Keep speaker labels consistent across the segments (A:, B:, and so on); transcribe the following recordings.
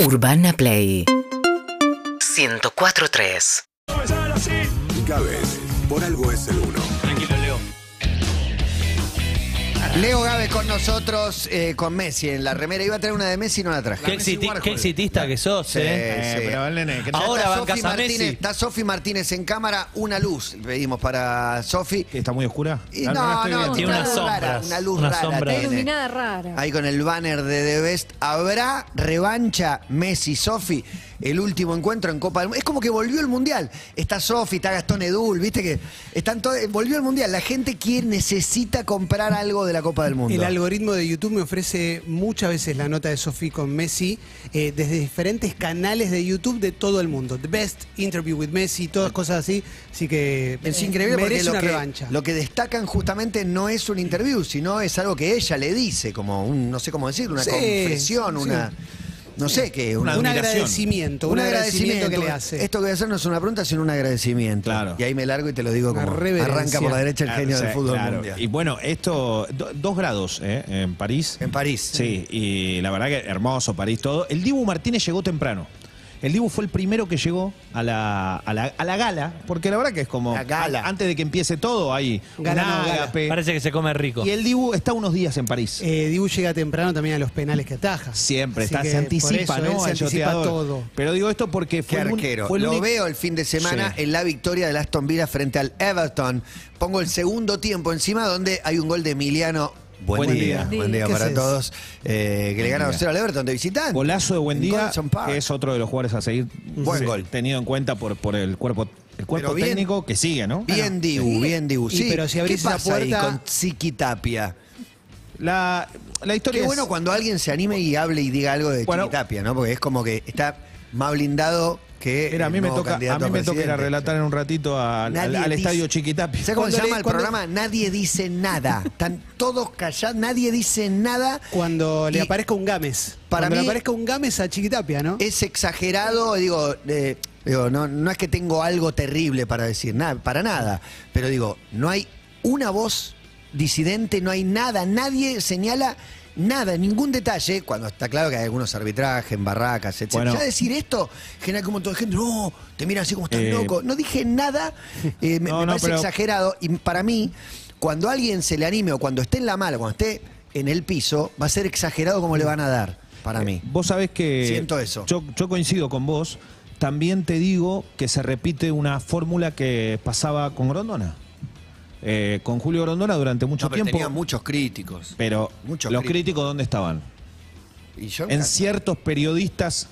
A: Urbana Play 104.3
B: Gávez, por algo es el uno.
C: Leo Gávez con nosotros, eh, con Messi en la remera. Iba a traer una de Messi y no la traje.
D: Qué, exiti- qué exitista que sos, ¿eh?
C: Eh, sí.
E: pero el nene, que
C: Ya
D: Ahora
C: está
D: bancas
C: Sofi
D: a
C: Martínez,
D: Messi.
C: Está Sofi Martínez en cámara, una luz pedimos para Sofi.
E: que está muy oscura.
C: Y
E: La- la
C: no,
E: estoy
C: no,
E: viendo.
D: Tiene
C: una
D: unas
C: luz rara,
D: sombras,
C: una luz
D: unas
C: rara
D: sombras.
C: tiene.
F: Iluminada rara.
C: Ahí con el banner de The Best. ¿Habrá revancha Messi-Sofi? El último encuentro en Copa del Mundo. Es como que volvió el Mundial. Está Sofi, está Gastón Edul, viste que están todos. Volvió el Mundial. La gente que necesita comprar algo de la Copa del Mundo.
G: El algoritmo de YouTube me ofrece muchas veces la nota de Sofía con Messi eh, desde diferentes canales de YouTube de todo el mundo. The Best Interview with Messi, todas cosas así. Así que
C: Es
G: eh,
C: increíble porque
G: merece
C: lo
G: una
C: que,
G: revancha.
C: lo que destacan justamente no es un interview, sino es algo que ella le dice, como un, no sé cómo decirlo, una
G: Sí,
C: confesión,
G: sí.
C: una. No sé qué.
E: Una
G: un
E: admiración.
G: agradecimiento, un, agradecimiento, que le hace.
C: Esto que voy a hacer no es una pregunta, sino un agradecimiento.
E: Claro.
C: Y ahí me largo y te lo digo
G: Una
C: como
G: reverencia.
C: arranca por la derecha el
E: Claro,
C: genio
E: o
C: del
E: sea,
C: fútbol
E: claro.
C: mundial.
E: Y bueno, esto, do- dos grados ¿eh? en París.
C: En París.
E: Sí, y la verdad que hermoso París todo. El Dibu Martínez llegó temprano. El Dibu fue el primero que llegó a la, a la, a la gala, porque la verdad que es como
C: La gala.
E: a- antes de que empiece todo hay
G: Gala, no,
E: un
G: gala.
E: ágape.
D: Parece que se come rico.
E: Y el Dibu está unos días en París.
G: Eh, Dibu llega temprano también a los penales que ataja.
E: Siempre,
G: Así
E: está,
G: que
E: se anticipa,
G: por eso
E: ¿no?
G: él
E: Al
G: se anticipa
E: yoteador.
G: todo.
E: Pero digo esto porque
C: Qué
E: fue el un-
C: arquero.
E: fue el
C: Lo
E: único-
C: veo el fin de semana
E: Sí.
C: en la victoria del Aston Villa frente al Everton. Pongo el segundo tiempo encima donde hay un gol de Emiliano. Buen,
E: Buen
C: día.
F: día.
C: Buen día
G: ¿Qué
C: para
G: haces?
C: todos. eh, que le ganaron
E: día.
C: 0 al Everton de visitante.
E: Golazo de buen
C: En
E: día,
C: Goldson Park.
E: que es otro de los jugadores a seguir.
C: Buen gol.
E: Tenido en cuenta por, por el cuerpo, el cuerpo
C: Pero bien-
E: técnico que sigue, ¿no? eh,
C: Bien Dibu, bien Dibu.
G: Y
C: Sí,
G: pero si abrís
C: ¿Qué
G: esa
C: pasa ahí
G: puerta-
C: con Psiquitapia?
E: La, la historia
C: Qué
E: es-
C: bueno cuando alguien se anime y hable y diga algo de
E: Bueno.
C: Chiquitapia, ¿no? Porque es como que está más blindado que.
E: Mira, a
C: el
E: mí me
C: nuevo
E: toca, a
C: candidato
E: mí me toca ir a
C: presidente.
E: relatar en un ratito al, al-
C: Nadie
E: al
C: dice-
E: estadio Chiquitapi.
C: ¿Sabes cómo se
G: Cuando
C: llama
G: le-
C: el
G: cuando-
C: programa? Nadie dice nada. Están todos callados, nadie dice nada.
G: Cuando le
C: Y
G: aparezca un Gámez.
C: Para
G: cuando
C: mí-
G: le aparezca un Gámez a Chiquitapia, ¿no?
C: Es exagerado, digo, eh, digo no, no es que tengo algo terrible para decir, nada, para nada. Pero digo, no hay una voz disidente, no hay nada, nadie señala nada, ningún detalle, cuando está claro que hay algunos arbitrajes, en barracas, etc.
E: Bueno.
C: ya decir esto genera que un montón de gente, no, "Oh, te mira así como estás
E: Eh,
C: loco. No dije nada, eh, me,
E: No,
C: me
E: no,
C: parece
E: pero-
C: exagerado. Y para mí, cuando alguien se le anime o cuando esté en la mala, cuando esté en el piso, va a ser exagerado como le van a dar, para mí.
E: Vos sabés que.
C: Siento eso.
E: Yo, yo coincido con vos. También te digo que se repite una fórmula que pasaba con Grondona. Eh, con Julio Grondona durante mucho
C: No, pero
E: tiempo.
C: tenía muchos críticos.
E: Pero
C: Muchos
E: los
C: críticos.
E: críticos, ¿dónde estaban?
C: Y yo
E: En ciertos periodistas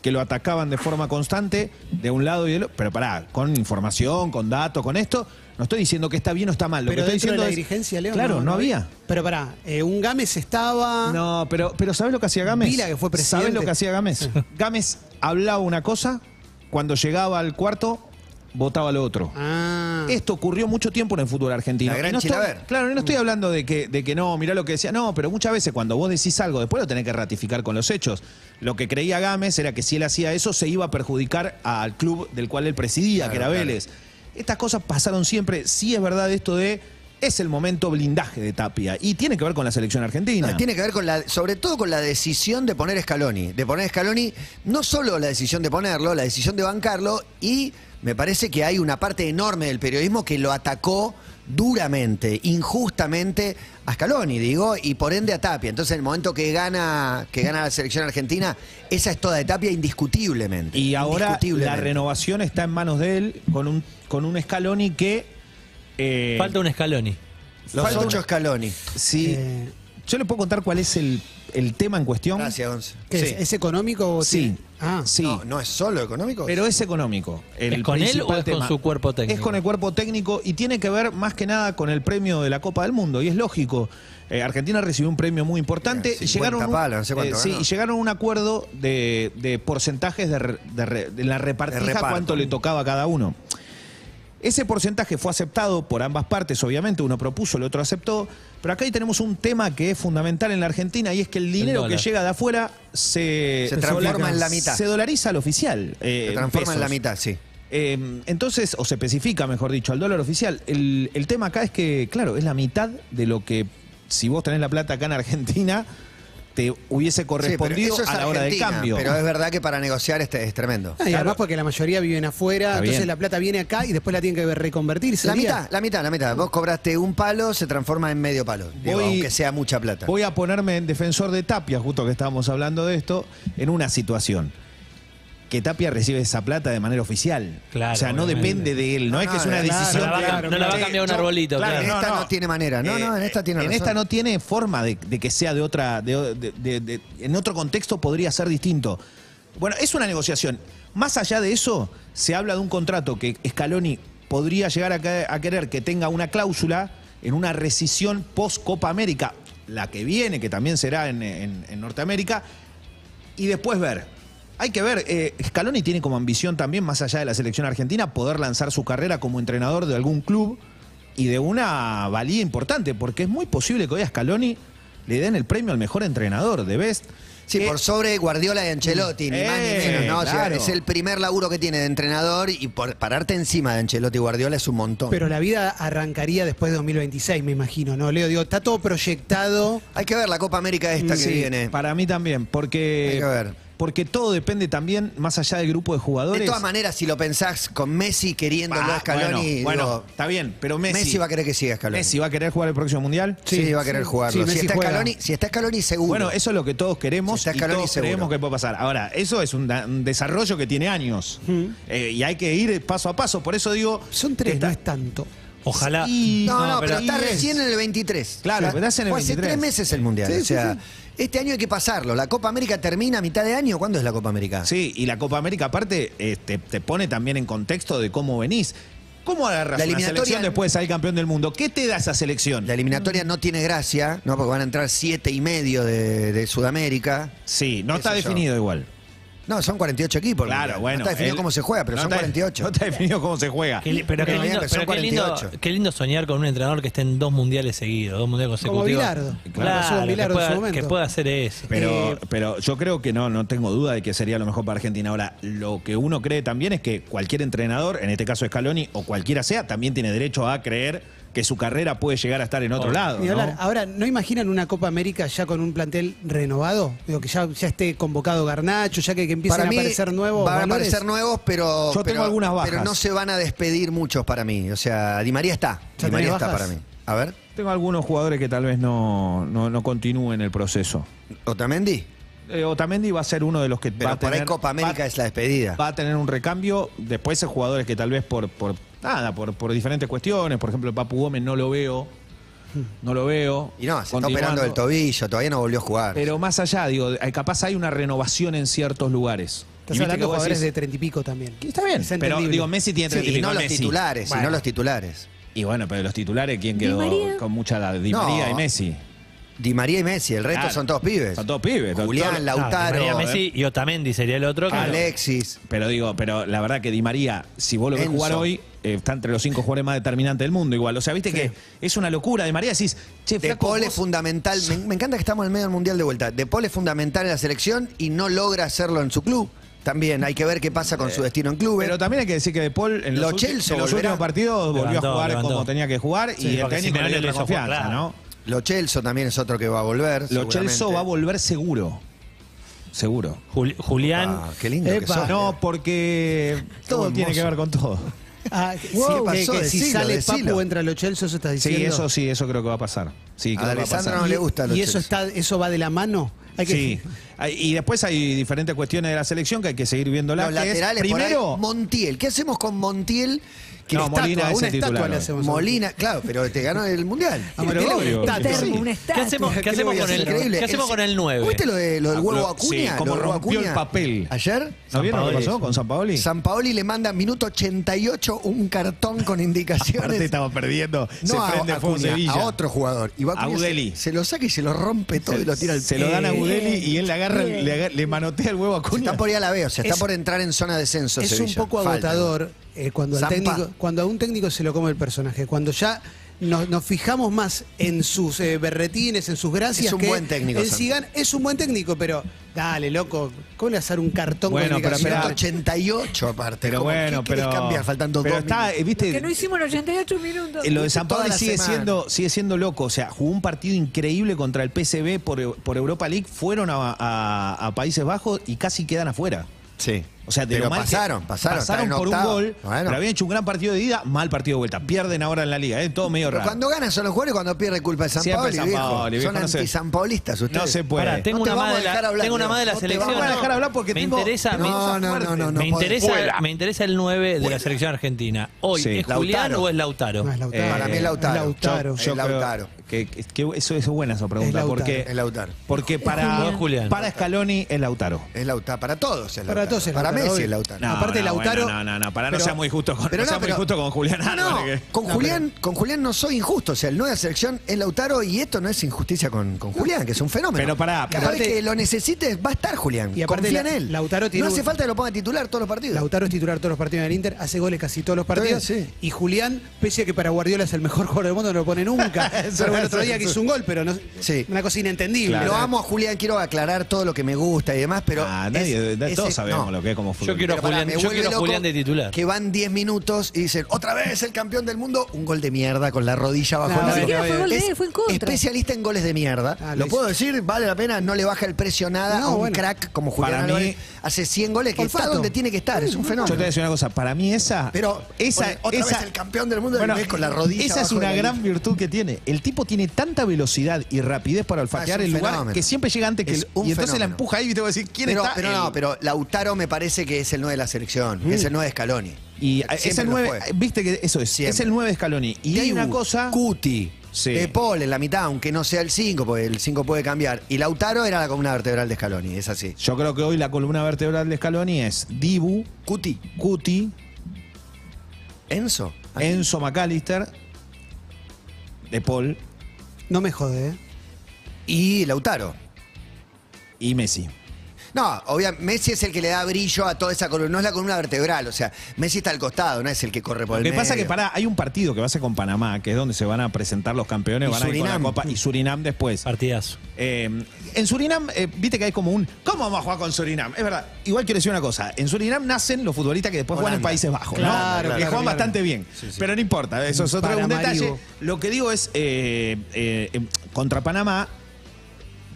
E: que lo atacaban de forma constante, de un lado y del otro. Pero pará, con información, con datos, con esto. No estoy diciendo que está bien o está mal. Lo
G: pero
E: que estoy
G: dentro
E: diciendo
G: de la
E: es-
G: dirigencia, Leo.
E: Claro, no, había.
G: Pero pará, eh, un Gámez estaba.
E: No, pero, pero ¿sabes lo que hacía Gámez?
G: Vila, que fue presidente.
E: ¿Sabes lo que hacía Gámez? Gámez hablaba una cosa, cuando llegaba al cuarto, votaba lo otro.
G: Ah.
E: Esto ocurrió mucho tiempo en el fútbol argentino.
C: La gran
E: Y no estoy-
C: Chilaver.
E: claro, y no estoy hablando de que, de que no, mirá lo que decía. No, pero muchas veces cuando vos decís algo, después lo tenés que ratificar con los hechos. Lo que creía Gámez era que si él hacía eso, se iba a perjudicar al club del cual él presidía, que era Vélez. Estas cosas pasaron siempre. Sí es verdad esto de. Es el momento blindaje de Tapia. Y tiene que ver con la selección argentina.
C: No, tiene que ver con la, sobre todo con la decisión de poner Scaloni. De poner Scaloni, no solo la decisión de ponerlo, la decisión de bancarlo, y me parece que hay una parte enorme del periodismo que lo atacó duramente, injustamente a Scaloni, digo, y por ende a Tapia. Entonces, en el momento que gana, que gana la selección argentina, esa es toda de Tapia indiscutiblemente.
E: Y ahora la
C: Indiscutiblemente.
E: renovación está en manos de él con un, con un Scaloni que. eh,
D: Falta un escaloni.
C: Los
E: falta
C: ocho Scaloni.
E: Sí.
G: Eh,
E: Yo le puedo contar cuál es el, el tema en cuestión.
C: Gracias, Gonza.
G: ¿qué es?
E: Sí.
G: ¿Es económico? o
E: Sí.
G: tiene- Ah.
E: sí.
C: No, no es solo económico.
E: Pero es económico. El
D: ¿Es con él
E: principal
D: o es con
E: tema.
D: su cuerpo técnico?
E: Es con el cuerpo técnico y tiene que ver más que nada con el premio de la Copa del Mundo. Y es lógico. Eh, Argentina recibió un premio muy importante
C: Mira,
E: y llegaron,
C: 50
E: un- eh,
C: palos, no sé cuánto
E: sí,
C: ganó.
E: y llegaron a un acuerdo de, de porcentajes de, re- de re- de la
C: De
E: repartija
C: reparto.
E: cuánto le tocaba a cada uno. Ese porcentaje fue aceptado por ambas partes, obviamente, uno propuso, el otro aceptó, pero acá ahí tenemos un tema que es fundamental en la Argentina y es que el dinero que
D: dólar.
E: llega de afuera se,
C: Se transforma en la mitad.
E: Se dolariza al oficial. eh,
C: Se transforma en la
E: pesos.
C: mitad, sí.
E: Eh, entonces, o se especifica, mejor dicho, al dólar oficial. El, el tema acá es que, claro, es la mitad de lo que si vos tenés la plata acá en Argentina, te hubiese
C: Sí, pero
E: correspondido
C: eso es
E: a la hora del
C: Argentina,
E: cambio.
C: Pero es verdad que para negociar este es tremendo.
G: Ah, y además porque la mayoría viven afuera,
E: Está
G: entonces
E: bien.
G: la plata viene acá y después la tienen que reconvertir.
C: La
G: sería.
C: mitad, la mitad, la mitad. Vos cobraste un palo, se transforma en medio palo. Digo,
E: Voy-
C: aunque sea mucha plata.
E: Voy a ponerme en defensor de Tapia, justo que estábamos hablando de esto, en una situación. Que Tapia recibe esa plata de manera oficial.
D: Claro,
E: o sea, no
D: obviamente.
E: depende de él, no,
C: No,
E: es que
C: no,
E: es una
C: claro,
E: decisión
D: no la va a
E: de-
D: cambiar- no la va a cambiar un
E: Yo-
D: arbolito, claro.
C: En esta no tiene manera. No, no, en esta tiene
E: Eh, En
C: razón.
E: esta no tiene forma de, de que sea de otra. de- de- de- de- en otro contexto podría ser distinto. Bueno, es una negociación. Más allá de eso, se habla de un contrato que Scaloni podría llegar a, que- a querer que tenga una cláusula en una rescisión post Copa América, la que viene, que también será en- en- en Norteamérica, y después ver. Hay que ver, eh, Scaloni tiene como ambición también, más allá de la selección argentina, poder lanzar su carrera como entrenador de algún club y de una valía importante, porque es muy posible que hoy a Scaloni le den el premio al mejor entrenador de Best. Eh,
C: Sí,
E: Que-
C: por sobre Guardiola y Ancelotti, ni más ni
E: Eh,
C: menos, ¿no? O sea,
E: claro.
C: es el primer laburo que tiene de entrenador y por pararte encima de Ancelotti y Guardiola es un montón.
G: Pero la vida arrancaría después de 2026, me imagino, ¿no? Leo, digo, está todo proyectado.
C: Hay que ver la Copa América esta
E: Sí,
C: que viene.
E: Para mí también, porque,
C: Hay que ver.
E: porque todo depende también, más allá del grupo de jugadores.
C: De todas maneras, si lo pensás con Messi queriéndolo
E: Ah,
C: a Scaloni,
E: bueno, bueno,
C: digo,
E: está bien, pero Messi,
C: Messi, va a querer que siga Scaloni.
E: Messi va a querer jugar el próximo mundial.
C: sí,
G: Sí,
C: va a querer
G: sí,
C: jugarlo.
G: sí,
C: si,
G: Messi
C: está
G: juega.
C: Scaloni, si está Scaloni, seguro.
E: Bueno, eso es lo que todos queremos
C: Está
E: y
C: Scaloni
E: todos
C: seguro.
E: creemos que puede pasar. Ahora, eso es un, da- un desarrollo que tiene años Eh, y hay que ir paso a paso. Por eso digo,
G: Son
E: que
G: tres,
E: está-
G: no es tanto.
D: Ojalá.
E: Y-
C: No, no, pero, está
E: y es-
C: recién en el 23.
E: Claro, pero estás en el
C: fue hace
E: 23.
C: tres meses el Mundial.
G: Sí,
C: o sea, este año hay que pasarlo. La Copa América termina a mitad de año. ¿Cuándo es la Copa América?
E: Sí, y la Copa América aparte eh, te, te pone también en contexto de cómo venís. ¿Cómo agarras
C: La
E: una
C: eliminatoria-
E: selección después de salir campeón del mundo? ¿Qué te da esa selección?
C: La eliminatoria no tiene gracia, ¿no? Porque van a entrar siete y medio de, de Sudamérica.
E: Sí, no
C: Qué
E: está
C: sé yo.
E: definido igual.
C: No, son 48 equipos. el
E: Claro,
C: Mundial.
E: bueno.
C: No está definido
E: él-
C: cómo se juega, pero
E: no
C: son
E: está-
C: 48.
E: No está definido cómo se juega.
D: Qué li- pero
C: Pero
D: qué
C: bien,
D: lindo,
C: que son
D: pero qué, lindo,
C: 48.
D: qué lindo soñar con un entrenador que esté en dos mundiales seguidos, dos mundiales
G: Como
D: consecutivos.
G: Bilardo. Como pasó
D: Claro,
G: con Bilardo en
D: que, pueda,
G: su momento.
D: que pueda hacer eso.
E: Pero,
G: Eh,
E: pero yo creo que no, no tengo duda de que sería lo mejor para Argentina. Ahora, lo que uno cree también es que cualquier entrenador, en este caso Scaloni o cualquiera sea, también tiene derecho a creer que su carrera puede llegar a estar en otro
C: Oh,
D: Obvio.
E: lado.
G: Ni
E: ¿no?
G: hablar. Ahora, ¿no imaginan una Copa América ya con un plantel renovado? Digo, que ya, ya esté convocado Garnacho, ya que, que empiecen
C: Para
G: a
C: mí
G: aparecer nuevos.
C: van a
G: valores.
C: aparecer nuevos, pero
E: Yo tengo
C: pero-
E: algunas bajas.
C: Pero no se van a despedir muchos para mí. O sea, Di María está.
G: ¿Ya
C: Di María
G: tenés
C: está
G: bajas?
C: para mí. A ver,
E: Tengo algunos jugadores que tal vez no, no, no continúen el proceso.
C: Otamendi.
E: Eh, Otamendi va a ser uno de los que va
C: Pero
E: a
C: por ahí
E: tener,
C: Copa América
E: va-
C: es la despedida.
E: va a tener un recambio. Después hay jugadores que tal vez por, por nada, por, por diferentes cuestiones. Por ejemplo, el Papu Gómez no lo veo. No lo veo.
C: Hmm. Y no, se está
E: Continuando.
C: operando del tobillo, todavía no volvió a jugar.
E: Pero más allá, digo, eh, capaz hay una renovación en ciertos lugares. Y
G: Estás
E: viste
G: hablando
E: que
G: de
E: vos
G: jugadores de
E: decís,
G: treinta y pico también.
E: que Está bien,
G: Es
E: pero
G: entendible.
E: digo, Messi tiene
C: Sí,
E: 30
C: y no los titulares, y
G: Bueno.
C: no los titulares.
E: Y bueno, pero los titulares, ¿quién
A: Di
E: quedó
A: María.
E: con mucha edad? Di
C: No.
E: María y Messi.
C: Di María y Messi, el resto
E: Claro.
C: son todos pibes.
E: Son todos pibes. Son todos-
C: Julián,
D: No, Di
C: Lautaro,
D: María Messi y Otamendi sería el otro. que-
C: Alexis.
E: Pero digo, pero la verdad que Di María, si vos lo ves
C: Enzo.
E: jugar hoy, eh, está entre los cinco jugadores más determinantes del mundo igual. O sea, viste que es una locura. Di María decís, che,
C: De
E: flaco,
C: Paul es
E: vos-
C: fundamental. Me, me encanta que estamos en el medio del mundial de vuelta. De Paul es fundamental en la selección y no logra hacerlo en su club. También hay que ver qué pasa con su destino en clubes.
E: Eh, Pero también hay que decir que De Paul en
C: Lo
E: los, ulti-
C: Chelsea
E: en los
C: volverá.
E: últimos partidos volvió
D: Levantó,
E: a jugar
D: levantó.
E: como tenía que jugar
D: Sí,
E: y el
D: porque
E: técnico le
D: Simeone
E: dio
D: lo
E: la
D: hizo
E: confianza,
D: jugar, claro.
E: ¿no?
C: Lo Chelso también es otro que va a volver.
E: Lo
C: seguramente.
E: Chelsea va a volver seguro. Seguro.
D: Jul- Julián.
C: Ah, qué lindo que
G: Epa.
C: sos.
E: No, porque todo
C: Qué
E: tiene que
C: hermoso.
E: ver con todo.
G: Ah, que-
C: Wow.
G: que-
C: Pasó,
G: que si
C: decilo,
G: sale
C: decilo.
G: Papu entra lo Chelsea, eso estás
E: Sí,
G: diciendo.
E: eso sí, eso creo que va a pasar.
C: A
E: Sí, creo que va a
C: Alessandro
E: pasar.
C: no le gusta a los
G: y eso
C: Chelsea.
G: está, eso va de la mano. Hay que-
E: Sí. Hay- Y después hay diferentes cuestiones de la selección que hay que seguir viendo.
C: Los laterales por
E: primero,
C: ahí. Montiel. ¿Qué hacemos con Montiel? Que
E: No,
C: estatua,
E: Molina es
C: una
E: el titular
C: estatua le
E: hoy.
C: hacemos. Molina, claro, pero te ganó el mundial.
G: Ah,
E: Pero
G: Montiel
E: obvio.
G: está-
E: Pero sí.
A: Termo, una
D: ¿Qué
A: estatua.
D: hacemos, qué
C: ¿Qué le
D: hacemos
C: voy a
D: con,
C: hacer?
D: el,
C: Increíble.
D: ¿qué hacemos
C: El-
D: con el 9?
C: ¿Viste lo, de, lo del
E: Ah,
C: huevo
E: lo-
C: Acuña?
E: sí, cómo
C: Lo del huevo
E: rompió el papel.
C: ¿Ayer?
E: ¿No vieron lo que
D: Sampaoli.
E: pasó con San Paoli?
C: San Paoli le manda minuto 88 un cartón con
E: Aparte
C: indicaciones.
E: estaba perdiendo.
C: No
E: se
C: a,
E: prende
C: a
E: fuego
C: Acuña,
E: Sevilla.
C: a otro jugador. Y va
E: A
C: Acuña,
E: Udeli.
C: se, se lo saca y se lo rompe todo y lo tira al
E: Se lo dan a
C: Eh,
E: Budeli y él le agarra,
A: bien.
E: le, aga- le manotea el huevo a
C: se
E: Acuña.
C: Está por ir a la B, o sea, está
G: Es-
C: por entrar en zona de descenso.
G: es un
C: Sevilla.
G: poco
C: Falta.
G: agotador eh, cuando, al
C: Zampa.
G: técnico, cuando a un técnico se lo come el personaje. Cuando ya nos, nos fijamos más en sus eh, berretines, en sus gracias.
C: Es un
G: que
C: buen técnico,
G: En
C: Santi.
G: Zidane es un buen técnico, pero dale, loco, ¿cómo le vas a hacer un cartón
E: Bueno,
G: con
E: Ah, pero
G: Liga?
E: esperá.
C: 188 aparte.
E: Pero
C: ¿cómo? ¿Qué
E: bueno,
C: querés
E: pero.
C: cambiar faltando
E: pero
C: dos
E: está,
C: minutos?
E: eh, viste.
A: Que no hicimos en 88 minutos.
E: Eh, Lo de San
C: Toda
E: Pablo
C: la
E: sigue
C: semana.
E: siendo, sigue siendo loco. O sea, jugó un partido increíble contra el PSV por, por Europa League. Fueron a, a- a Países Bajos y casi quedan afuera.
C: Sí.
E: O sea, de
C: pero
E: lo mal que-
C: pasaron, pasaron. están en
E: por un
C: octavo.
E: gol.
C: Bueno.
E: Pero habían hecho un gran partido de ida, mal partido de vuelta. Pierden ahora en la liga, ¿eh? todo medio
C: Pero
E: raro.
C: cuando ganan son los jugadores, cuando pierde culpa de San
E: Siempre
C: Paoli,
E: San
C: viejo.
E: Paoli, viejo,
C: Son
E: no sé.
C: antizampolistas ustedes.
E: No se puede.
D: Pará, tengo,
C: No te
D: una
C: vamos
D: más
C: a
D: de
C: dejar
D: la,
C: hablar,
D: tengo una
C: Diego.
D: más de la
C: No te
D: selección.
E: vamos a dejar hablar porque
D: me
E: tengo-
D: interesa,
E: tenemos
C: No,
E: a
C: no, no,
E: fuerte.
C: no, no.
D: me,
C: podés.
D: interesa
C: Fuera.
D: me interesa el 9 de la selección argentina. Hoy,
E: Sí.
D: ¿es Julián
C: Lautaro.
D: o es Lautaro?
G: No, es Lautaro.
E: Eh,
C: Para mí es Lautaro. Es
E: creo
C: Lautaro.
E: que- que- que eso, eso es buena esa pregunta.
G: Lautaro.
E: Porque,
C: Es Lautaro.
E: porque para,
D: Julián. No, Julián.
E: para Scaloni es Lautaro.
C: Es Lautaro. Para todos es Lautaro.
G: Para todos es
C: Para
G: Lautaro,
C: Messi es
G: obvio.
C: Lautaro.
G: No, Aparte, Lautaro-
E: bueno, no, no, no, para no
G: pero-
E: sea muy justo con,
C: Pero
E: no sea muy
C: pero-
E: justo con Julián
C: No, no,
E: Álvarez, que-
C: con,
G: No,
C: Julián, con Julián no soy injusto. O sea, el 9 de la selección es Lautaro y esto no es injusticia con, con Julián, que es un fenómeno.
E: Pero pará,
C: Cada
E: aparte-
C: vez que lo necesites, va a estar Julián.
G: Y aparte
C: Confía en
G: la-
C: él.
G: Lautaro tiene
C: no hace
G: un-
C: falta que lo ponga titular todos los partidos.
G: Lautaro es titular todos los partidos en el Inter, hace goles casi todos los partidos.
C: Sí, sí.
G: Y Julián, pese a que para Guardiola es el mejor jugador del mundo, no lo pone nunca. Salvo el otro día que hizo un gol, pero no,
C: Sí.
G: una cosa inentendible.
E: Claro.
C: Lo amo a Julián, quiero aclarar todo lo que me gusta y demás, pero.
E: Ah,
C: es-
E: nadie-
C: ese-
E: todos sabemos
C: no.
E: lo que es como fútbol.
D: quiero-
C: Pero pará,
D: Julián-
C: me
D: yo
C: vuelve
D: quiero
C: loco
D: Julián de titular.
C: Que van 10 minutos y dicen, otra vez el campeón del mundo, un gol de mierda con la rodilla bajo
G: No,
C: el
G: ni
C: arco.
G: siquiera
A: fue gol de
C: Es
A: él, fue en contra.
C: Especialista en goles de mierda.
G: Ah,
C: lo
G: le-
C: puedo decir, vale la pena, no le baja el precio nada
G: No,
C: a un
G: bueno.
C: crack como Julián
E: Para mí-
C: Álvarez. Hace 100 goles que
G: Olfato.
C: está donde tiene que estar, es un
E: Yo te voy a
C: fenómeno.
E: decir una cosa, para mí esa.
C: Pero,
E: esa,
C: oye, otra
E: esa-
C: vez el campeón del mundo del mes con la rodilla
E: Esa es
C: abajo
E: una
C: de la
E: gran
C: línea.
E: virtud que tiene. El tipo tiene tanta velocidad y rapidez para olfatear
C: Ah, es
E: el
C: un
E: lugar
C: fenómeno.
E: que siempre llega antes que
C: Es
E: el-
C: un
E: Y entonces la
C: fenómeno.
E: empuja ahí y te voy a decir quién
C: Pero,
E: está.
C: pero no,
E: El-
C: pero Lautaro me parece que es el 9 de la selección, que es el 9 de Scaloni.
E: Mm. Y eh, es
C: Siempre
E: el
C: lo
E: 9,
C: fue.
E: viste que eso es,
C: Siempre.
E: es el 9 Scaloni. Y hay
C: Dibu,
E: una cosa.
C: Cuti.
E: Sí.
C: De Paul en la mitad, aunque no sea el 5, porque el 5 puede cambiar. Y Lautaro era la columna vertebral de Scaloni, es así.
E: Yo creo que hoy la columna vertebral de Scaloni es Dibu,
C: Cuti.
E: Cuti,
C: Enzo. ah,
E: Enzo McAllister, De Paul
G: No me jode, ¿eh?
C: Y Lautaro.
E: y Messi.
C: No, obviamente, Messi es el que le da brillo a toda esa columna. No es la columna vertebral, o sea, Messi está al costado, no es el que corre por
E: Lo
C: el
E: que pasa
C: medio.
E: que pará, hay un partido que va a ser con Panamá, que es donde se van a presentar los campeones,
C: Y
E: van a ir con
C: Surinam.
E: la Copa y Surinam después.
D: Partidazo.
E: Eh, en Surinam, eh, viste que hay como un. ¿Cómo vamos a jugar con Surinam? Es verdad. Igual quiero decir una cosa. En Surinam nacen los futbolistas que después juegan en
C: Holanda.
E: Países Bajos, ¿no?
G: Claro,
E: Que
G: claro,
E: juegan
G: claro.
E: bastante bien. Pero no importa, eso es otro un
G: Panamá,
E: detalle.
G: digo.
E: Lo que digo es, eh, eh, em, contra Panamá,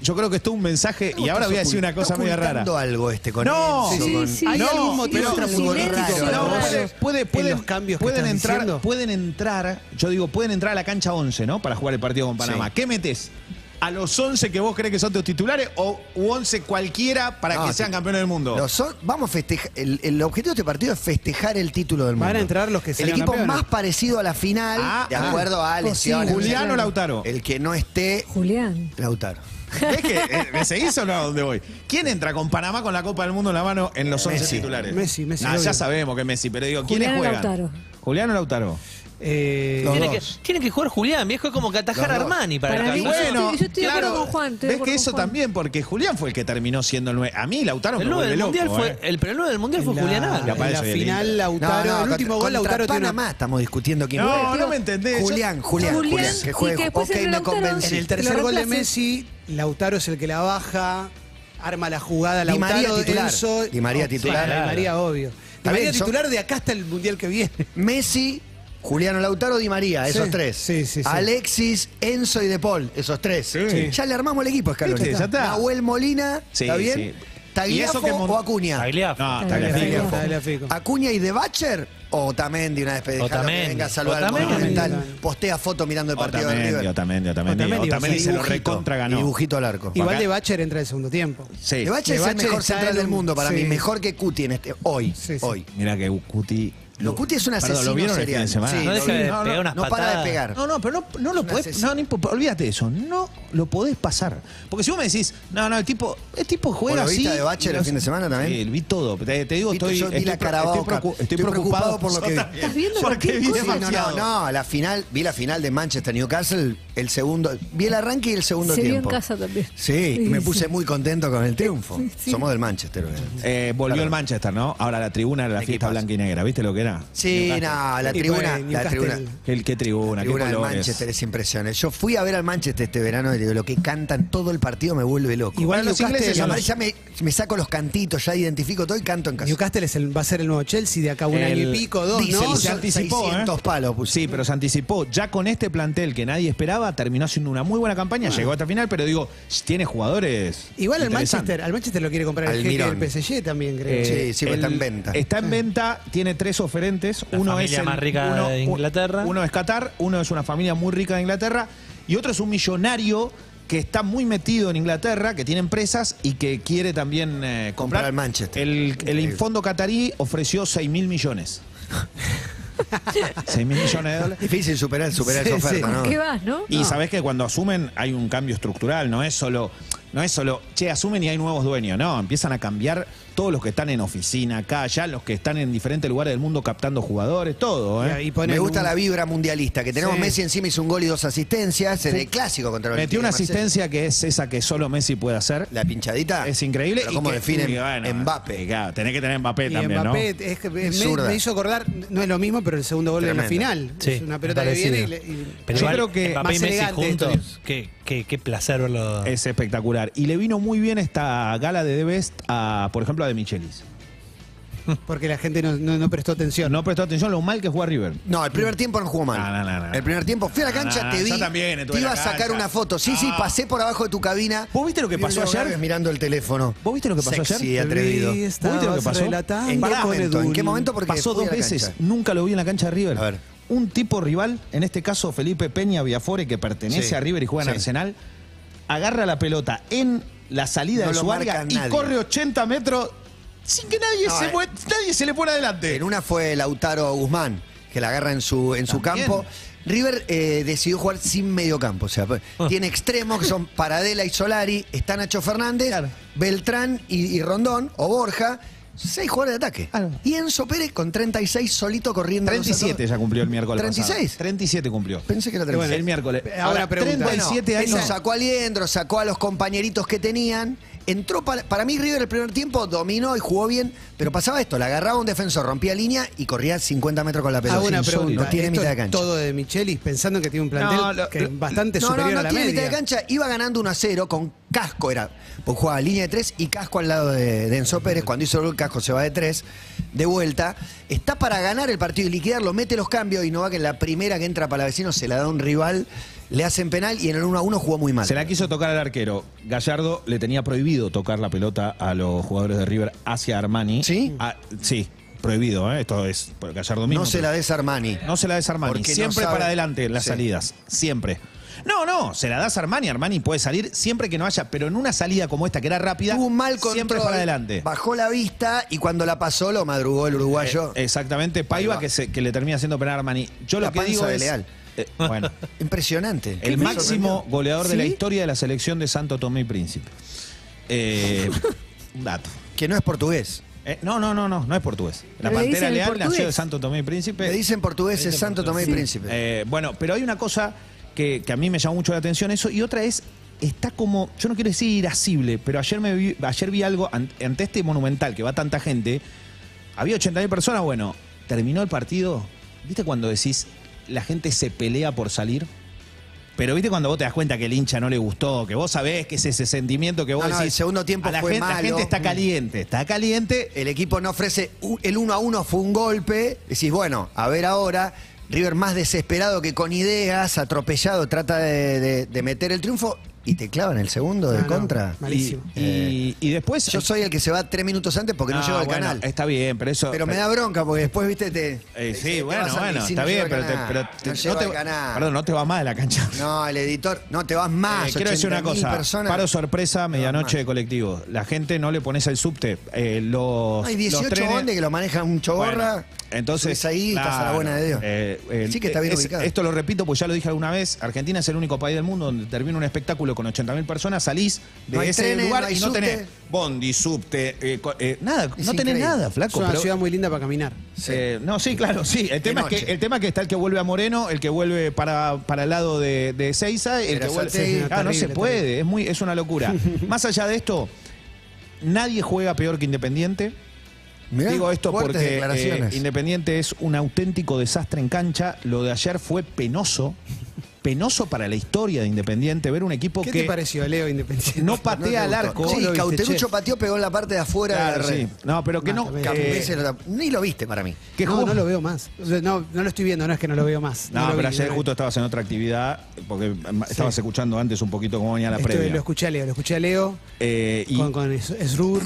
E: yo creo que esto es un mensaje. Y ahora voy a decir una cosa
C: Está
E: muy rara.
C: ocultando algo este con
E: No.
C: Enzo,
A: Sí,
C: con-
A: sí,
G: Hay
E: No,
G: algún motivo
C: pero-
G: extrafutbolístico
C: Silencio,
G: para
E: No,
G: vos?
E: puede- puede-
G: en
E: pueden-
G: los cambios que
E: pueden
G: estás
E: entrar,
G: diciendo?
E: pueden entrar, yo digo, pueden entrar a la cancha 11, ¿no? Para jugar el partido con Panamá.
C: Sí.
E: ¿Qué metes? ¿A los 11 que vos crees que son tus titulares o u 11 cualquiera para
C: No,
E: que
C: sí.
E: sean campeones del mundo?
C: Los son- vamos a festejar. El, el objetivo de este partido es festejar el título del
G: Van
C: mundo.
G: a entrar los que
C: El
G: salgan
C: equipo
G: campeones.
C: más parecido a la final,
E: Ah,
C: de
E: ah.
C: acuerdo a lesiones.
E: ¿Julián o Lautaro?
C: El que no esté,
A: Julián.
C: Lautaro.
E: ¿Ves que eh, me seguís o no a dónde voy? ¿Quién entra con Panamá con la Copa del Mundo en la mano en los 11
C: Messi.
E: titulares?
G: Messi, Messi,
E: Nah,
G: obvio.
E: ya sabemos que Messi, pero digo, ¿quiénes
A: Julián o
E: juegan?
A: Lautaro.
E: Julián o Lautaro.
G: Eh,
C: Los
D: Tiene
C: dos.
D: que, tiene que jugar Julián, viejo, es como que atajar a
C: Los dos.
D: Armani para,
A: Para
D: el
A: mí,
D: campeonato.
A: yo estoy- yo estoy de acuerdo con Juan, estoy de
E: ves que
A: acuerdo con
E: eso
A: Juan.
E: también, porque Julián fue el que terminó siendo el 9. A mí Lautaro
D: El
E: me
D: nueve
E: vuelve
D: del
E: loco.
D: mundial
E: eh.
D: fue, el, pero el nueve del mundial fue
G: en la-
D: Julián Álvarez.
E: La
G: en la
E: Paredes y el
G: final,
E: Inter.
G: Lautaro, el
C: contra-
G: último gol,
C: contra
G: Lautaro tiene una-
C: Panamá estamos discutiendo quién
E: No,
C: juega.
E: no me entendés.
C: Julián, Julián,
A: Julián,
C: Julián, que
A: y
C: juegue.
A: que después
C: ok,
A: entre
C: me
A: Lautaro.
C: convencí.
G: En el
A: Te lo
G: tercer gol de
A: reemplace.
G: Messi, Lautaro es el que la baja, arma la jugada,
C: Di María
G: Lautaro,
C: titular.
G: Enzo- Oh,
C: Di María titular.
G: Di María, obvio. Di
C: También
G: María
C: son-
G: titular de acá hasta el Mundial que viene.
C: Messi, Juliano Lautaro, Di María, esos
G: Sí,
C: tres.
G: sí, sí, sí.
C: Alexis, Enzo y De Paul, esos tres.
E: Sí.
C: Ya le armamos el equipo, Scaloni.
E: Viste, ya está.
C: Nahuel Molina,
E: Sí,
C: ¿está bien?
E: sí. Y
C: Tagliafo
E: eso que Mon-
C: o Acuña.
D: Tagliafico.
E: No,
A: Tagliafico.
E: Tagliafico.
G: Tagliafico.
C: Acuña y De Bacher o Tamendi una vez dejalo que
D: Otamendi.
C: venga a saludar al
D: Otamendi.
C: Monumental. Postea foto mirando el partido de
E: Otamendi,
C: River.
E: Otamendi, Otamendi.
G: Otamendi,
E: Otamendi se lo
C: Dibujito.
E: recontra ganó.
C: Dibujito al arco.
G: Igual de Bacher entra en el segundo tiempo.
E: Sí.
C: De Bacher
G: De
C: es el
G: Bacher
C: mejor
G: está
C: central
G: en
C: del
G: un-
C: mundo para
G: sí.
C: mí, mejor que Cuti en este hoy,
G: Sí, sí.
C: hoy.
E: Mira que Cuti.
C: Lo Cuti es un
E: Perdón,
C: asesino
E: ¿lo vieron el
C: serial.
E: fin de semana?
C: Sí,
D: No
C: lo
D: deja de
C: vi.
D: pegar unas
C: no para de
D: patadas.
C: pegar.
E: No, no, pero no, no lo
C: un
E: podés.
C: asesino.
E: No, no impo- olvídate de eso. No lo podés pasar. Porque si vos me decís, no, no, el tipo, el tipo juega
C: ¿O lo
E: así.
C: viste a De Bacher
E: y
C: el fin de semana también?
E: Sí, vi todo. Te, te digo,
C: Viste,
E: estoy,
C: yo vi
E: estoy
C: la
E: pro-
C: Carabao
E: estoy, preocu-
C: Cup.
E: estoy
C: Estoy
E: preocupado
C: preocupado por lo que vi.
E: Yo también.
A: ¿Estás viendo
E: Porque
A: cualquier
E: vi
A: cosa?
C: Sí, no, no,
E: demasiado.
C: no, la final, vi la final de Manchester Newcastle, el segundo, vi el arranque y el segundo
A: Se vio en
C: tiempo.
A: casa también.
C: Sí, y me puse muy contento con el triunfo.
A: Sí, sí.
C: Somos del Manchester. obviamente.
E: Eh, volvió el Manchester, ¿no? Ahora la tribuna era la fiesta
C: Equipazo.
E: blanca y negra. ¿Viste lo que era? tribuna?
C: Sí, no, la
G: Y
C: tribuna,
G: bueno,
C: la
G: Newcastle.
C: tribuna.
E: ¿Qué, qué tribuna?
C: La
E: ¿Qué
C: tribuna del
E: colores?
C: Manchester es impresionante. Yo fui a ver al Manchester este verano y digo, lo que cantan todo el partido me vuelve loco.
G: Igual
E: los
G: Newcastle-
E: ingleses
C: Y
E: son
C: además
E: los-
C: ya me, me saco los cantitos, ya identifico todo y canto en casa.
G: Newcastle es el- va a ser el nuevo Chelsea de acá un
E: El-
G: año y pico, dos,
C: Dicen,
G: ¿no?
E: se
C: son
E: anticipó,
C: 600
E: ¿eh?
C: palos puso.
E: Sí, pero se anticipó. Ya con este plantel que nadie esperaba, terminó haciendo una muy buena campaña, llegó hasta final, pero digo, tiene jugadores.
G: Igual al
E: interesantes.
G: Manchester, al Manchester lo quiere comprar el jeque
C: Almirón.
G: del PSG también, creo.
E: Eh,
C: Sí, sí, pero está en venta.
E: Está en venta, tiene tres oferentes.
D: La
E: uno
D: familia
E: es el-
D: más rica
E: uno-
D: de
E: u-
D: Inglaterra.
E: Uno es Qatar, uno es una familia muy rica de Inglaterra y otro es un millonario que está muy metido en Inglaterra, que tiene empresas y que quiere también eh, comprar.
C: Comprar al Manchester.
E: El, el
C: Increíble.
E: fondo qatarí ofreció 6 mil millones. 6 mil millones de dólares.
C: Difícil superar, superar
G: Sí,
C: esa oferta,
G: sí.
C: ¿no?
A: ¿Qué vas, no?
E: Y sabés que cuando asumen hay un cambio estructural, no es solo, no es solo, che, asumen y hay nuevos dueños, no, empiezan a cambiar todos los que están en oficina, acá, allá, los que están en diferentes lugares del mundo captando jugadores, todo, ¿eh?
G: Y ahí ponen
C: Me gusta
G: un-
C: la vibra mundialista, que tenemos
G: Sí.
C: Messi encima hizo un gol y dos asistencias en el clásico contra el
E: Metió una
C: Olympique de Marsella.
E: asistencia que es esa que solo Messi puede hacer.
C: La pinchadita.
E: Es increíble.
C: Pero
E: y
C: cómo
E: que-
C: definen
E: y bueno, eh,
C: Mbappé.
E: y claro, tenés que tener Mbappé
G: Y
E: también,
G: Mbappé, eh,
E: ¿no?
G: es que me,
C: zurda.
G: me hizo acordar, no es lo mismo, pero el segundo gol
C: Tremendo.
G: de la final.
D: Sí,
G: es una pelota que
D: parecido.
G: viene y, le- y-
D: Pero
E: Yo
D: igual,
E: creo que
D: Mbappé
G: más
D: y Messi
G: elegante esto.
D: juntos, qué, qué, qué placer verlo.
E: Es espectacular. Y le vino muy bien esta gala de The Best a, por ejemplo, a De Michelis.
G: porque la gente no, no- no prestó atención.
E: No prestó atención lo mal que jugó a River.
C: No, el primer tiempo no jugó mal.
E: No, no, no, no.
C: El primer tiempo fui a la
E: No,
C: cancha,
E: no,
C: te
E: yo
C: vi.
E: también
C: te
E: estuve en
C: iba
E: la
C: a sacar
E: cancha.
C: una foto. Sí, sí,
E: No.
C: pasé por abajo de tu cabina.
E: ¿Vos viste lo que
C: Vi un
E: pasó
C: Leo
E: ayer?
C: Gávez mirando el teléfono.
E: ¿Vos viste lo que pasó
C: Sexy,
E: ayer?
C: atrevido.
G: Vi,
E: ¿Vos viste lo que
G: Estabas
E: pasó?
G: relatando
C: ¿En qué
G: con
C: momento? ¿En qué
G: Edul.
C: momento? Porque
E: pasó
C: fui a
E: dos
C: la
E: veces,
C: cancha.
E: nunca lo vi en la cancha de River.
C: A ver.
E: Un tipo rival, en este caso Felipe Peña Viafore, que pertenece
C: Sí,
E: a River y juega en
C: sí.
E: Arsenal, agarra la pelota en la salida
C: No
E: de
C: lo
E: su área
C: marca
E: y
C: nadie.
E: corre 80 metros sin que nadie,
C: No,
E: se,
C: eh.
E: mue- nadie se le pone adelante.
C: En una fue Lautaro Guzmán, que la agarra en su, en su
E: También.
C: campo. River eh, decidió jugar sin medio campo. O sea,
E: Ah.
C: tiene extremos que son Paradela y Solari, está Nacho Fernández,
E: Claro.
C: Beltrán y, y Rondón, o Borja. Seis jugadores de ataque.
E: Claro.
C: Y Enzo Pérez con 36 solito corriendo.
E: 37
C: Los-
E: ya cumplió el miércoles. pasado.
C: 36.
E: 37 cumplió.
C: Pensé que era
E: Y bueno,
C: 36.
E: el miércoles.
C: Ah,
G: Ahora pregunta.
E: 37
C: Bueno,
E: años.
C: eso sacó a Liendro, sacó a los compañeritos que tenían. Entró para, para mí River el primer tiempo, dominó y jugó bien, pero pasaba esto, la agarraba un defensor, rompía línea y corría 50 metros con la pelota.
G: Hago una
C: Insólito.
G: Ah, pregunta.
C: No tiene
G: ¿Esto
C: mitad de
G: es
C: cancha.
G: todo de Michelis pensando que tiene un plantel
E: No, lo-
G: que
E: lo-
G: es bastante
C: no, no,
G: superior
C: no
G: a la
C: tiene mitad de
G: media.
C: cancha. Iba ganando 1 a 0 con casco, era. Porque jugaba línea de 3 y casco al lado de, de Enzo Pérez. Cuando hizo el gol, casco se va de 3, de vuelta. Está para ganar el partido y liquidarlo, mete los cambios y no va que en la primera que entra para vecino se la da a un rival, le hacen penal y en el 1 a 1 jugó muy mal.
E: Se la quiso tocar al arquero. Gallardo le tenía prohibido tocar la pelota a los jugadores de River hacia Armani.
C: ¿Sí?
E: Ah, sí, prohibido, ¿eh? Esto es por Gallardo mismo.
C: No se la des a Armani.
E: No se la des a Armani.
C: Porque no
E: siempre
C: sabe.
E: para adelante en las
C: Sí.
E: salidas. Siempre. No, no, se la das a Armani. Armani puede salir siempre que no haya, pero en una salida como esta que era rápida,
C: Tuvo un mal control.
E: siempre para adelante.
C: Bajó la vista y cuando la pasó lo madrugó el uruguayo.
E: Eh, exactamente, Paiva
C: va.
E: que, se- que le termina haciendo penal a Armani. Yo
C: La
E: lo que
C: panza
E: digo
C: de
E: es.
C: Leal.
E: eh, bueno,
C: Impresionante.
E: el máximo goleador de la
G: ¿Sí?
E: historia de la selección de Santo Tomé y Príncipe. Eh, un dato.
C: Que no es portugués.
E: Eh, no, no, no, no, no es portugués. La
A: Le
E: Pantera
A: dicen el
E: Leal nació de
A: portugués.
E: Santo Tomé y Príncipe.
C: Le dicen portugués es Santo Tomé y Príncipe.
E: Eh, bueno, pero hay una cosa que, que a mí me llama mucho la atención eso, y otra es, está como, yo no quiero decir irascible, pero ayer, me vi, ayer vi algo, an- ante este monumental que va tanta gente, había 80.000 personas, bueno, terminó el partido, ¿viste cuando decís, la gente se pelea por salir? Pero viste cuando vos te das cuenta que el hincha no le gustó, que vos sabés que es ese sentimiento que vos
C: No, no,
E: decís.
C: el segundo tiempo
E: a la
C: fue
E: gente, La
C: malo.
E: gente está caliente, está caliente. eh,
C: El equipo no ofrece. u- El 1 a 1 fue un golpe. Decís, bueno, a ver ahora. River más desesperado que con ideas, atropellado, trata de, de- de meter el triunfo y te clavan el segundo de
G: No, no,
C: contra.
G: malísimo.
E: Y, y- y después.
C: Yo soy el que se va tres minutos antes porque no,
E: Ah,
C: llego al
E: bueno,
C: canal.
E: Está bien, pero eso.
C: Pero me da bronca porque después, viste, te.
E: Eh,
C: te-
E: sí,
C: te
E: bueno,
C: vas al-
E: bueno,
C: y sí,
E: está
C: no
E: bien,
C: llego
E: pero
C: al
E: te,
C: canal,
E: pero
C: no,
E: te-
C: llego
E: te
C: al canal.
E: Perdón, no te va más de la cancha.
C: No, el editor, no te vas más.
E: Eh, quiero decir una
C: 80.000
E: cosa.
C: personas.
E: Paro sorpresa, medianoche de colectivo. La gente no le pones el subte. Eh, los,
C: No, hay
E: los
C: 18
E: trenes-
C: bondes que lo maneja un choborra.
E: Bueno, entonces.
C: subís ahí, estás a la
E: claro,
C: buena de Dios.
E: eh, eh,
C: sí que está bien
E: es-
C: ubicado.
E: Esto lo repito, pues ya lo dije alguna vez. Argentina es el único país del mundo donde termina un espectáculo con 80.000 personas, salís de
C: No hay
E: ese
C: trenes,
E: lugar
C: no hay
E: y no
C: subte.
E: tenés bondi, subte, eh, co- eh, nada, no
C: Es
E: tenés
C: increíble.
E: nada,
G: Es
E: flaco.
G: una
E: pero-
G: ciudad muy linda para caminar.
E: eh, no, sí, claro, sí. El tema, es
C: noche.
E: que, el tema es que está el que vuelve a Moreno, el que vuelve para, para el lado de, de Ezeiza, el
C: Pero
E: que vuelve.
C: Saltegui-
E: Ah, no se
G: terrible,
E: puede, es, muy, es una locura. Más allá de esto, nadie juega peor que Independiente.
C: Mirá,
E: Digo esto
C: fuertes
E: porque eh,
C: declaraciones.
E: Independiente es un auténtico desastre en cancha. Lo de ayer fue penoso, penoso para la historia de Independiente. Ver un equipo
G: ¿Qué
E: que
G: te pareció, Leo Independiente?
E: no patea al arco.
C: Sí,
G: lo viste,
C: Cauterucho
G: che?
C: pateó, pegó en la parte de afuera
E: Claro,
C: de la red.
E: sí. Eh, No, pero que no.
G: Mata,
E: que-
C: Ese lo tap- Ni lo viste para mí.
E: que
G: no,
E: jugó-
G: no lo veo más. O sea, No, no lo estoy viendo, no es que no lo veo más.
E: No,
G: lo
E: pero
G: vi,
E: ayer
G: no lo vi.
E: justo estabas en otra actividad, porque mm, estabas escuchando antes un poquito cómo venía la
G: Estuve-
E: previa.
G: Lo escuché a Leo, lo escuché a Leo
E: Eh, y,
G: con, con Es- Esrur.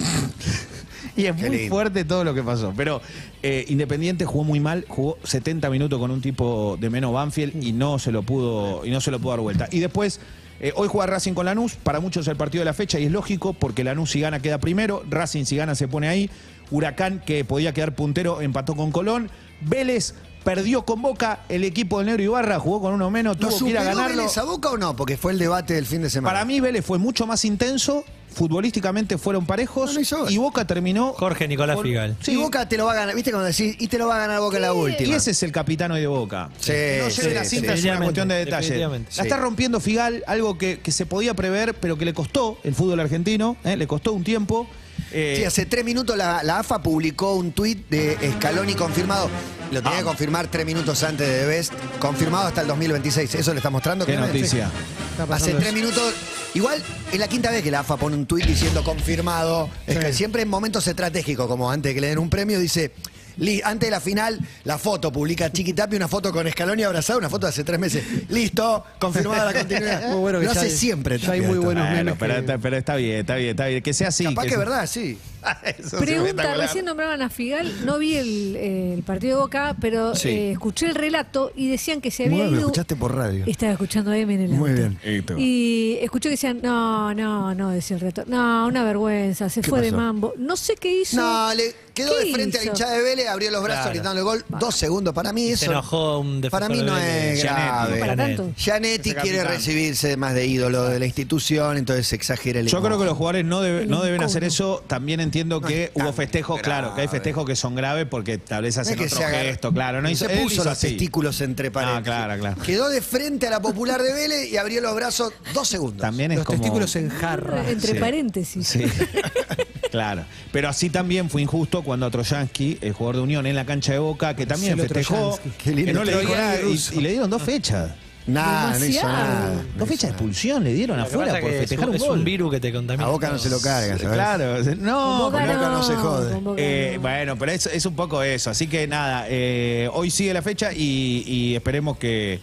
E: y es
C: Qué
E: muy
C: lindo.
E: fuerte todo lo que pasó. Pero eh, Independiente jugó muy mal, jugó 70 minutos con un tipo de menos Banfield y no se lo pudo, y no se lo pudo dar vuelta. Y después, eh, hoy juega Racing con Lanús, para muchos es el partido de la fecha, y es lógico, porque Lanús si gana queda primero, Racing si gana se pone ahí, Huracán, que podía quedar puntero, empató con Colón, Vélez. Perdió con Boca el equipo del Negro Ibarra, jugó con uno menos,
C: ¿Lo
E: tuvo que ir a
C: superó
E: ganarlo.
C: Vélez a Boca o no? Porque fue el debate del fin de semana.
E: Para mí Vélez fue mucho más intenso, futbolísticamente fueron parejos
C: No, no hizo gol.
E: y Boca terminó...
D: Jorge Nicolás
E: con-
D: Figal.
C: Sí, Boca te lo va a ganar, ¿viste cuando decís? Y te lo va a ganar Boca en la última.
E: Y ese es el capitán hoy de Boca.
C: Sí,
E: no
C: sí,
E: lleve la
C: sí.
E: cinta es una
D: Definitivamente,
E: cuestión de detalle.
D: definitivamente.
E: La está
C: Sí.
E: rompiendo Figal, algo que, que se podía prever, pero que le costó el fútbol argentino, ¿eh? le costó un tiempo. Eh,
C: Sí, hace tres minutos la, la AFA publicó un tuit de Scaloni confirmado. Lo tenía
E: Ah.
C: que confirmar tres minutos antes de Best. Confirmado hasta el 2026. Eso le está mostrando.
E: qué
C: claramente.
E: noticia.
G: Está pasando
C: Hace tres
G: eso.
C: minutos. Igual es la quinta vez que la AFA pone un tuit diciendo confirmado. Es
G: Sí.
C: que siempre en momentos estratégicos, como antes de que le den un premio, dice. "Li- Antes de la final, la foto publica Chiquitapi una foto con Scaloni abrazado, una foto de hace tres meses. Listo, confirmada la continuidad.
G: Muy bueno que
C: Lo
G: ya
C: hace
G: hay-
C: siempre.
G: ya hay
C: Tapia,
G: muy
C: esto.
G: buenos
E: Bueno,
G: memes
E: pero,
G: que-
E: está, pero está bien, está bien, está bien. Que sea así.
C: Capaz que
E: sea-
C: es verdad, sí.
E: Eso sí, está
A: Pregunta,
E: colado.
A: recién nombraban a Figal, no vi el, eh, el partido de Boca, pero
E: Sí.
A: eh, escuché el relato y decían que se
C: Muy
A: había
C: bien, lo
A: ido...
C: escuchaste por radio.
A: Estaba escuchando a M en el
C: Muy
A: auto.
C: bien.
E: Esto.
A: Y escuché que decían, no, no, no, decía el relato, no, una vergüenza, se fue de mambo. No sé qué hizo.
C: No, le quedó
A: ¿Qué
C: de frente a la
A: hizo?
C: hinchada de Vélez, abrió los brazos
D: Claro.
C: gritando el gol. Dos segundos. Para mí eso.
D: Se enojó un defensor
C: para mí no
D: de Vélez.
C: es
E: Gianetti,
C: grave.
A: Para
D: Janet.
A: tanto.
C: Gianetti
E: Ese
C: quiere
E: capitán.
C: recibirse más de ídolo de la institución, entonces se exagera el
E: Yo creo que los jugadores no, debe-
A: El
E: no deben
A: encono.
E: hacer eso. También entiendo
C: No
E: que
C: es tan
E: hubo festejos, claro, que hay
C: grave.
E: festejos que son graves porque tal vez
C: No es
E: hacen
C: que
E: otro
C: se agarra-
E: gesto, claro. No
C: No
E: hizo,
C: se
E: él
C: puso
E: hizo
C: los
E: así.
C: testículos entre paredes.
E: claro, claro.
C: Quedó de frente a la popular de Vélez y abrió los brazos dos segundos.
E: También es
G: Los
E: como...
G: testículos en jarra.
A: Entre
E: Ah, Sí.
A: paréntesis.
E: Sí. claro. Pero así también fue injusto cuando a Troyansky, el jugador de Unión en la cancha de Boca, que también
G: Marcelo
E: festejó,
G: Troyansky.
C: Qué lindo
E: que no le dijo
C: Troyansky
E: nada y,
C: ruso.
E: y le dieron dos fechas.
C: Nada, no hizo
A: Demasiado.
C: nada.
E: Dos fechas de expulsión le dieron
D: Lo que pasa
E: afuera por
D: que es
E: festejar
D: un-
E: un
D: es un
E: gol.
D: virus que te contamina.
C: A Boca no se lo carga, ¿sabes?
E: Claro, no,
A: Boca
E: pero-
C: Boca no se jode.
A: con Boca
E: Eh,
A: no.
E: bueno, pero es, es un poco eso. Así que nada, eh, hoy sigue la fecha y, y esperemos que,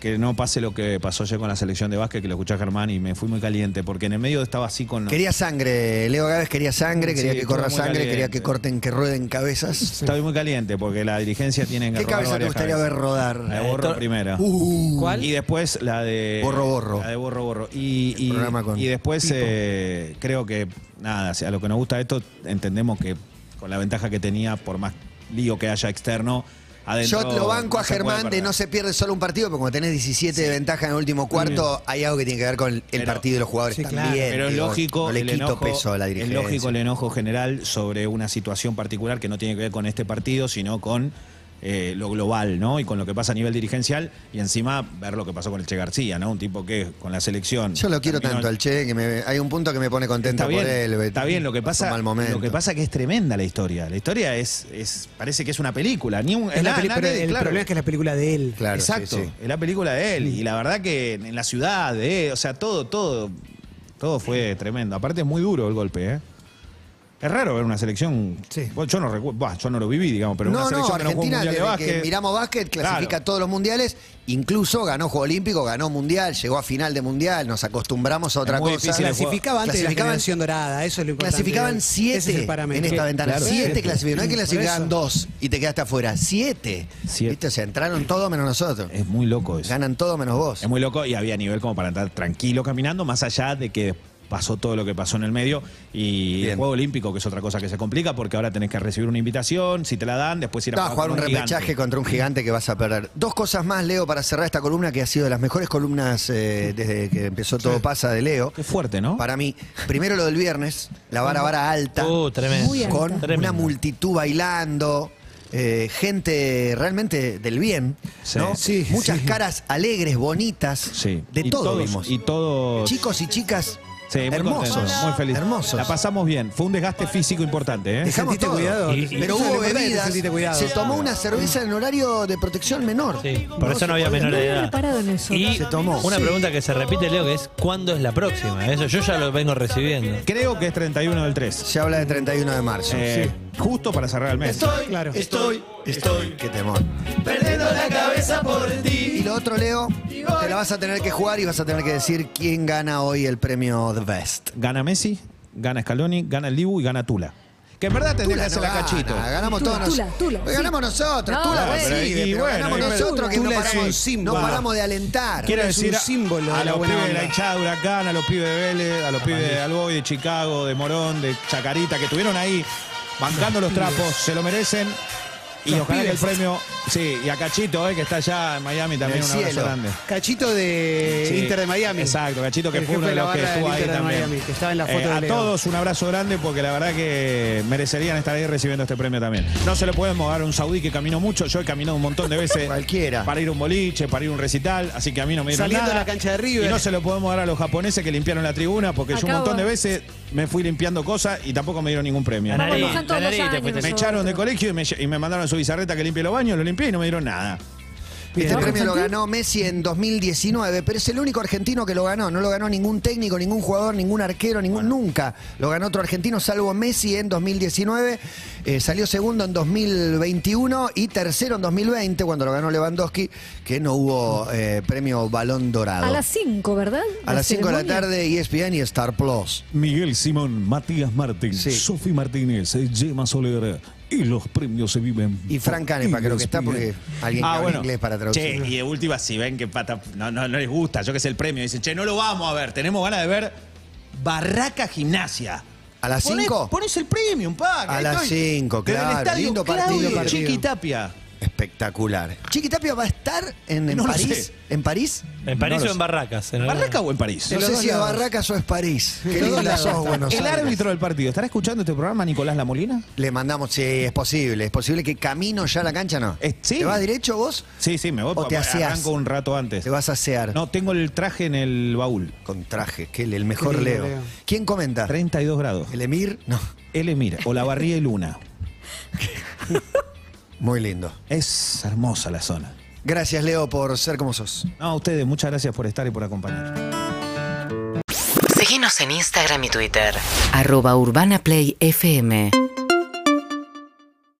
E: que no pase lo que pasó ayer con la selección de básquet, que lo escuché a Germán y me fui muy caliente, porque en el medio estaba así con...
C: Quería sangre, Leo Gávez quería sangre, quería
E: Sí,
C: que corra
E: estuvo muy
C: sangre, quería
E: caliente.
C: que corten, que rueden cabezas.
E: Estaba muy caliente porque la dirigencia tiene que...
C: ¿Qué
E: robar
C: cabeza te
E: varias
C: gustaría
E: cabezas.
C: ver rodar?
E: La de Borro
D: Tor-
E: primero.
C: Uh,
G: ¿Cuál?
E: Y después la de.
C: Borro, borro.
E: La de Borro Borro. Y,
C: El
E: y-
C: programa con
E: y después
C: Pipo.
E: eh, creo que, nada, a lo que nos gusta esto, entendemos que con la ventaja que tenía, por más lío que haya externo, adentro.
C: Yo lo banco a
E: se puede
C: Germán de
E: perder.
C: no se pierde solo un partido, porque cuando tenés 17 de ventaja en el último cuarto, hay algo que tiene que ver con el
E: Pero-
C: partido de los jugadores
G: Sí, claro.
C: también.
E: Pero es
C: digo,
E: lógico,
C: No le
E: el
C: quito
E: enojo,
C: peso a la
E: es
C: dirigencia.
E: lógico el enojo general sobre una situación particular que no tiene que ver con este partido, sino con eh, lo global, ¿no? Y con lo que pasa a nivel dirigencial. Y encima ver lo que pasó con el Che García, ¿no? Un tipo que con la selección.
C: Yo lo quiero
E: terminó-
C: tanto al Che, que me- hay un punto que me pone contento
E: Está bien,
C: por él.
E: está bien, lo que
C: Pasó un
E: pasa,
C: mal momento.
E: lo que pasa que es tremenda la historia. La historia es, es parece que es una película, ni un
G: Es la
E: na-
G: peli-
E: na-
G: pero
E: nadie-
G: el
E: claro.
G: problema es que es la película de él.
C: Claro, sí,
E: Exacto,
C: sí.
E: es la película de él y la verdad que en la ciudad, eh, o sea, todo todo todo fue tremendo. Aparte es muy duro el golpe, ¿eh? Es raro ver una selección.
G: Sí.
E: Bueno, yo no recuerdo, bah, yo no lo viví, digamos, pero una
C: no, no,
E: selección que no jugó un
C: Argentina,
E: mundial de
C: desde que
E: básquet.
C: miramos básquet, clasifica
E: Claro.
C: todos los mundiales, incluso ganó Juego Olímpico, ganó Mundial, llegó a final de Mundial, nos acostumbramos a otra
E: muy
C: cosa.
E: difícil de jugar.
G: Clasificaba antes de la
C: Clasificaban-
G: generación dorada, eso es lo importante.
C: Clasificaban siete
G: Ese es el
C: en
G: parámetro.
C: esta ventana.
E: claro.
C: siete
E: Siete.
C: clasificaban. No es que
G: Por
C: clasificaban
G: eso.
C: dos y te quedaste afuera. Siete.
E: Siete.
C: ¿Viste? O sea, entraron todos menos nosotros.
E: Es muy loco eso.
C: Ganan todo menos vos.
E: Es muy loco y había nivel como para estar tranquilo caminando, más allá de que pasó todo lo que pasó en el medio y
C: Bien.
E: el Juego Olímpico, que es otra cosa que se complica porque ahora tenés que recibir una invitación, si te la dan, después ir a
C: Vas a jugar un
E: con
C: repechaje
E: gigante.
C: contra un gigante que vas a perder. Dos cosas más, Leo, para cerrar esta columna que ha sido de las mejores columnas eh, desde que empezó Todo Pasa de Leo.
E: Es fuerte, ¿no?
C: Para mí, primero lo del viernes, la vara vara alta.
D: Uh, tremendo.
A: Muy alta.
C: con una
D: Tremendo.
C: multitud bailando, eh, gente realmente del bien,
E: Sí.
C: ¿no?
G: Sí,
C: Muchas
G: sí.
C: caras alegres, bonitas,
E: Sí.
C: de
E: Y
C: todo
E: todos-
C: vimos.
E: Y todos...
C: Chicos y chicas
E: Sí, muy
C: Hermoso.
E: contentos, muy feliz.
C: Hermosos.
E: La pasamos bien. Fue un desgaste físico importante, ¿eh?
C: Dejamos
G: Sentiste
C: todo.
G: cuidado.
D: Y- y-
C: Pero
G: Eso es
C: hubo
G: lo importante,
C: bebidas.
G: sentiste cuidado.
C: Se tomó una cerveza en horario de protección menor.
D: Sí, por eso no
C: se
D: había
C: podía.
D: menor
A: No
D: de
A: había
D: edad.
A: reparado en eso.
D: Y
C: Se tomó.
D: una
C: Sí.
D: pregunta que se repite, Leo, que es ¿cuándo es la próxima? Eso yo ya lo vengo recibiendo.
E: Creo que es 31 del 3.
C: Se habla de 31 de marzo.
E: Eh, Justo para cerrar el mes.
C: Estoy,
G: Claro.
C: estoy, estoy. Qué temor.
F: Perdiendo la cabeza por
C: Y
F: ti.
C: lo otro, Leo, te la vas a tener que jugar y vas a tener que decir quién gana hoy el premio The Best.
E: Gana Messi, gana Scaloni, gana el Dibu y gana Tula. Que en verdad tendría
C: Tula
E: que hacer la
C: no
E: cachito.
C: gana, Ganamos
A: Tula,
C: todos
A: Tula,
C: nos-
A: Tula,
C: Pues Ganamos nosotros,
A: No,
C: Tula
A: bueno,
C: recibe,
E: y
C: pero
E: bueno,
C: ganamos
E: y bueno.
C: nosotros que
G: Tula
C: no
G: es un
C: paramos, no
G: símbolo.
C: paramos de alentar.
E: Quiero
G: Es un
E: decir a-
G: símbolo
E: a,
G: de la
E: los
G: buena
E: pibes de la
G: onda.
E: hinchada de Huracán, a los pibes de Vélez, a los pibes de Alboy, de Chicago, de Morón, de Chacarita, que estuvieron ahí bancando los trapos, se lo merecen. Y
G: Los
E: ojalá que el
G: pibes.
E: premio. Sí, y a Cachito, eh, que está allá en Miami también,
C: En el
E: un abrazo
C: cielo.
E: grande.
G: Cachito de
E: Sí,
G: Inter de Miami.
E: Exacto, Cachito, que
G: El
E: fue
G: jefe
E: uno de
G: la
E: los que
G: barra del
E: estuvo ahí
G: Inter de
E: también.
G: Miami, que estaba en la
E: Eh,
G: foto de
E: a
G: Leo.
E: todos un abrazo grande porque la verdad que merecerían estar ahí recibiendo este premio también. No se lo podemos dar a un saudí que caminó mucho. Yo he caminado un montón de veces.
C: Cualquiera.
E: Para ir a un boliche, para ir a un recital. Así que a mí no me dieron
G: Saliendo
E: nada.
G: de la cancha de River.
E: Y no se lo podemos dar a los japoneses que limpiaron la tribuna porque yo un
A: Acabo.
E: montón de veces me fui limpiando cosas y tampoco me dieron ningún premio.
A: Vamos,
D: nariz,
A: nos dan todos
D: la
A: los
D: nariz te
A: años
D: fuiste.
E: Me
A: nosotros.
E: echaron de colegio y me, y me mandaron a su bizarreta que limpie los baños, lo limpié y no me dieron nada.
C: Este
A: Bien.
C: premio lo
A: Constantino.
C: ganó Messi en 2019, pero es el único argentino que lo ganó. No lo ganó ningún técnico, ningún jugador, ningún arquero, ningún nunca. Lo ganó otro argentino, salvo Messi en 2019. Eh, salió segundo en 2021 y tercero en 2020 cuando lo ganó Lewandowski, que no hubo eh, premio Balón Dorado.
A: A las 5, ¿verdad?
C: A las 5 de la
A: ceremonia.
C: tarde E ESPN y Star Plus.
H: Miguel Simón, Matías Martín,
C: Sí.
H: Sofi Martínez, Gemma Soler y los premios se viven.
C: Y Frank
H: por
C: Canepa creo que está porque
H: ESPN.
C: alguien que habla inglés para traducir.
E: Ah, Che, y de última, si ven que pata, no, no, no les gusta, yo que sé el premio, dicen, che, no lo vamos a ver, tenemos ganas de ver Barraca Gimnasia.
C: ¿A las
E: Ponés-
C: cinco?
E: Ponés el premium, pa. que
C: A
E: ahí
C: las
E: estoy.
C: cinco,
E: Desde
C: claro,
E: El estadio
C: lindo
E: Claudio
C: partido, partido.
E: Chiqui Tapia.
C: Espectacular. Chiqui Tapia va a estar en, en
E: No lo
C: París.
E: sé.
C: ¿En París?
D: ¿En París
E: No lo
D: o en
E: sé.
D: Barracas? En
E: ¿Barraca o en París?
C: No
G: los
C: sé
G: dos
C: si es
G: lados.
C: Barracas o es París. Qué
G: los dos
C: linda
G: lados
C: sos,
G: está.
C: Buenos
E: El
C: Aires.
E: árbitro del partido, ¿estará escuchando este programa Nicolás La Molina?
C: Le mandamos, sí, es posible. Es posible que camino ya a la cancha, ¿no?
E: Eh, sí.
C: ¿Te vas derecho vos?
E: Sí, sí, me voy
C: O te
E: pa-
C: aseás.
E: arranco un rato antes.
C: Te vas a asear.
E: No, tengo el traje en el baúl.
C: Con traje, que el, el mejor
G: Qué lindo,
C: Leo.
G: Leo.
C: ¿Quién comenta?
E: 32 grados.
C: ¿El Emir? No.
E: Él mira, o la barría y luna.
C: Muy lindo.
E: Es hermosa la zona.
C: Gracias, Leo, por ser como sos.
E: No, a ustedes, muchas gracias por estar y por acompañar.
I: Síguenos en Instagram y Twitter.
J: arroba urbanaplayfm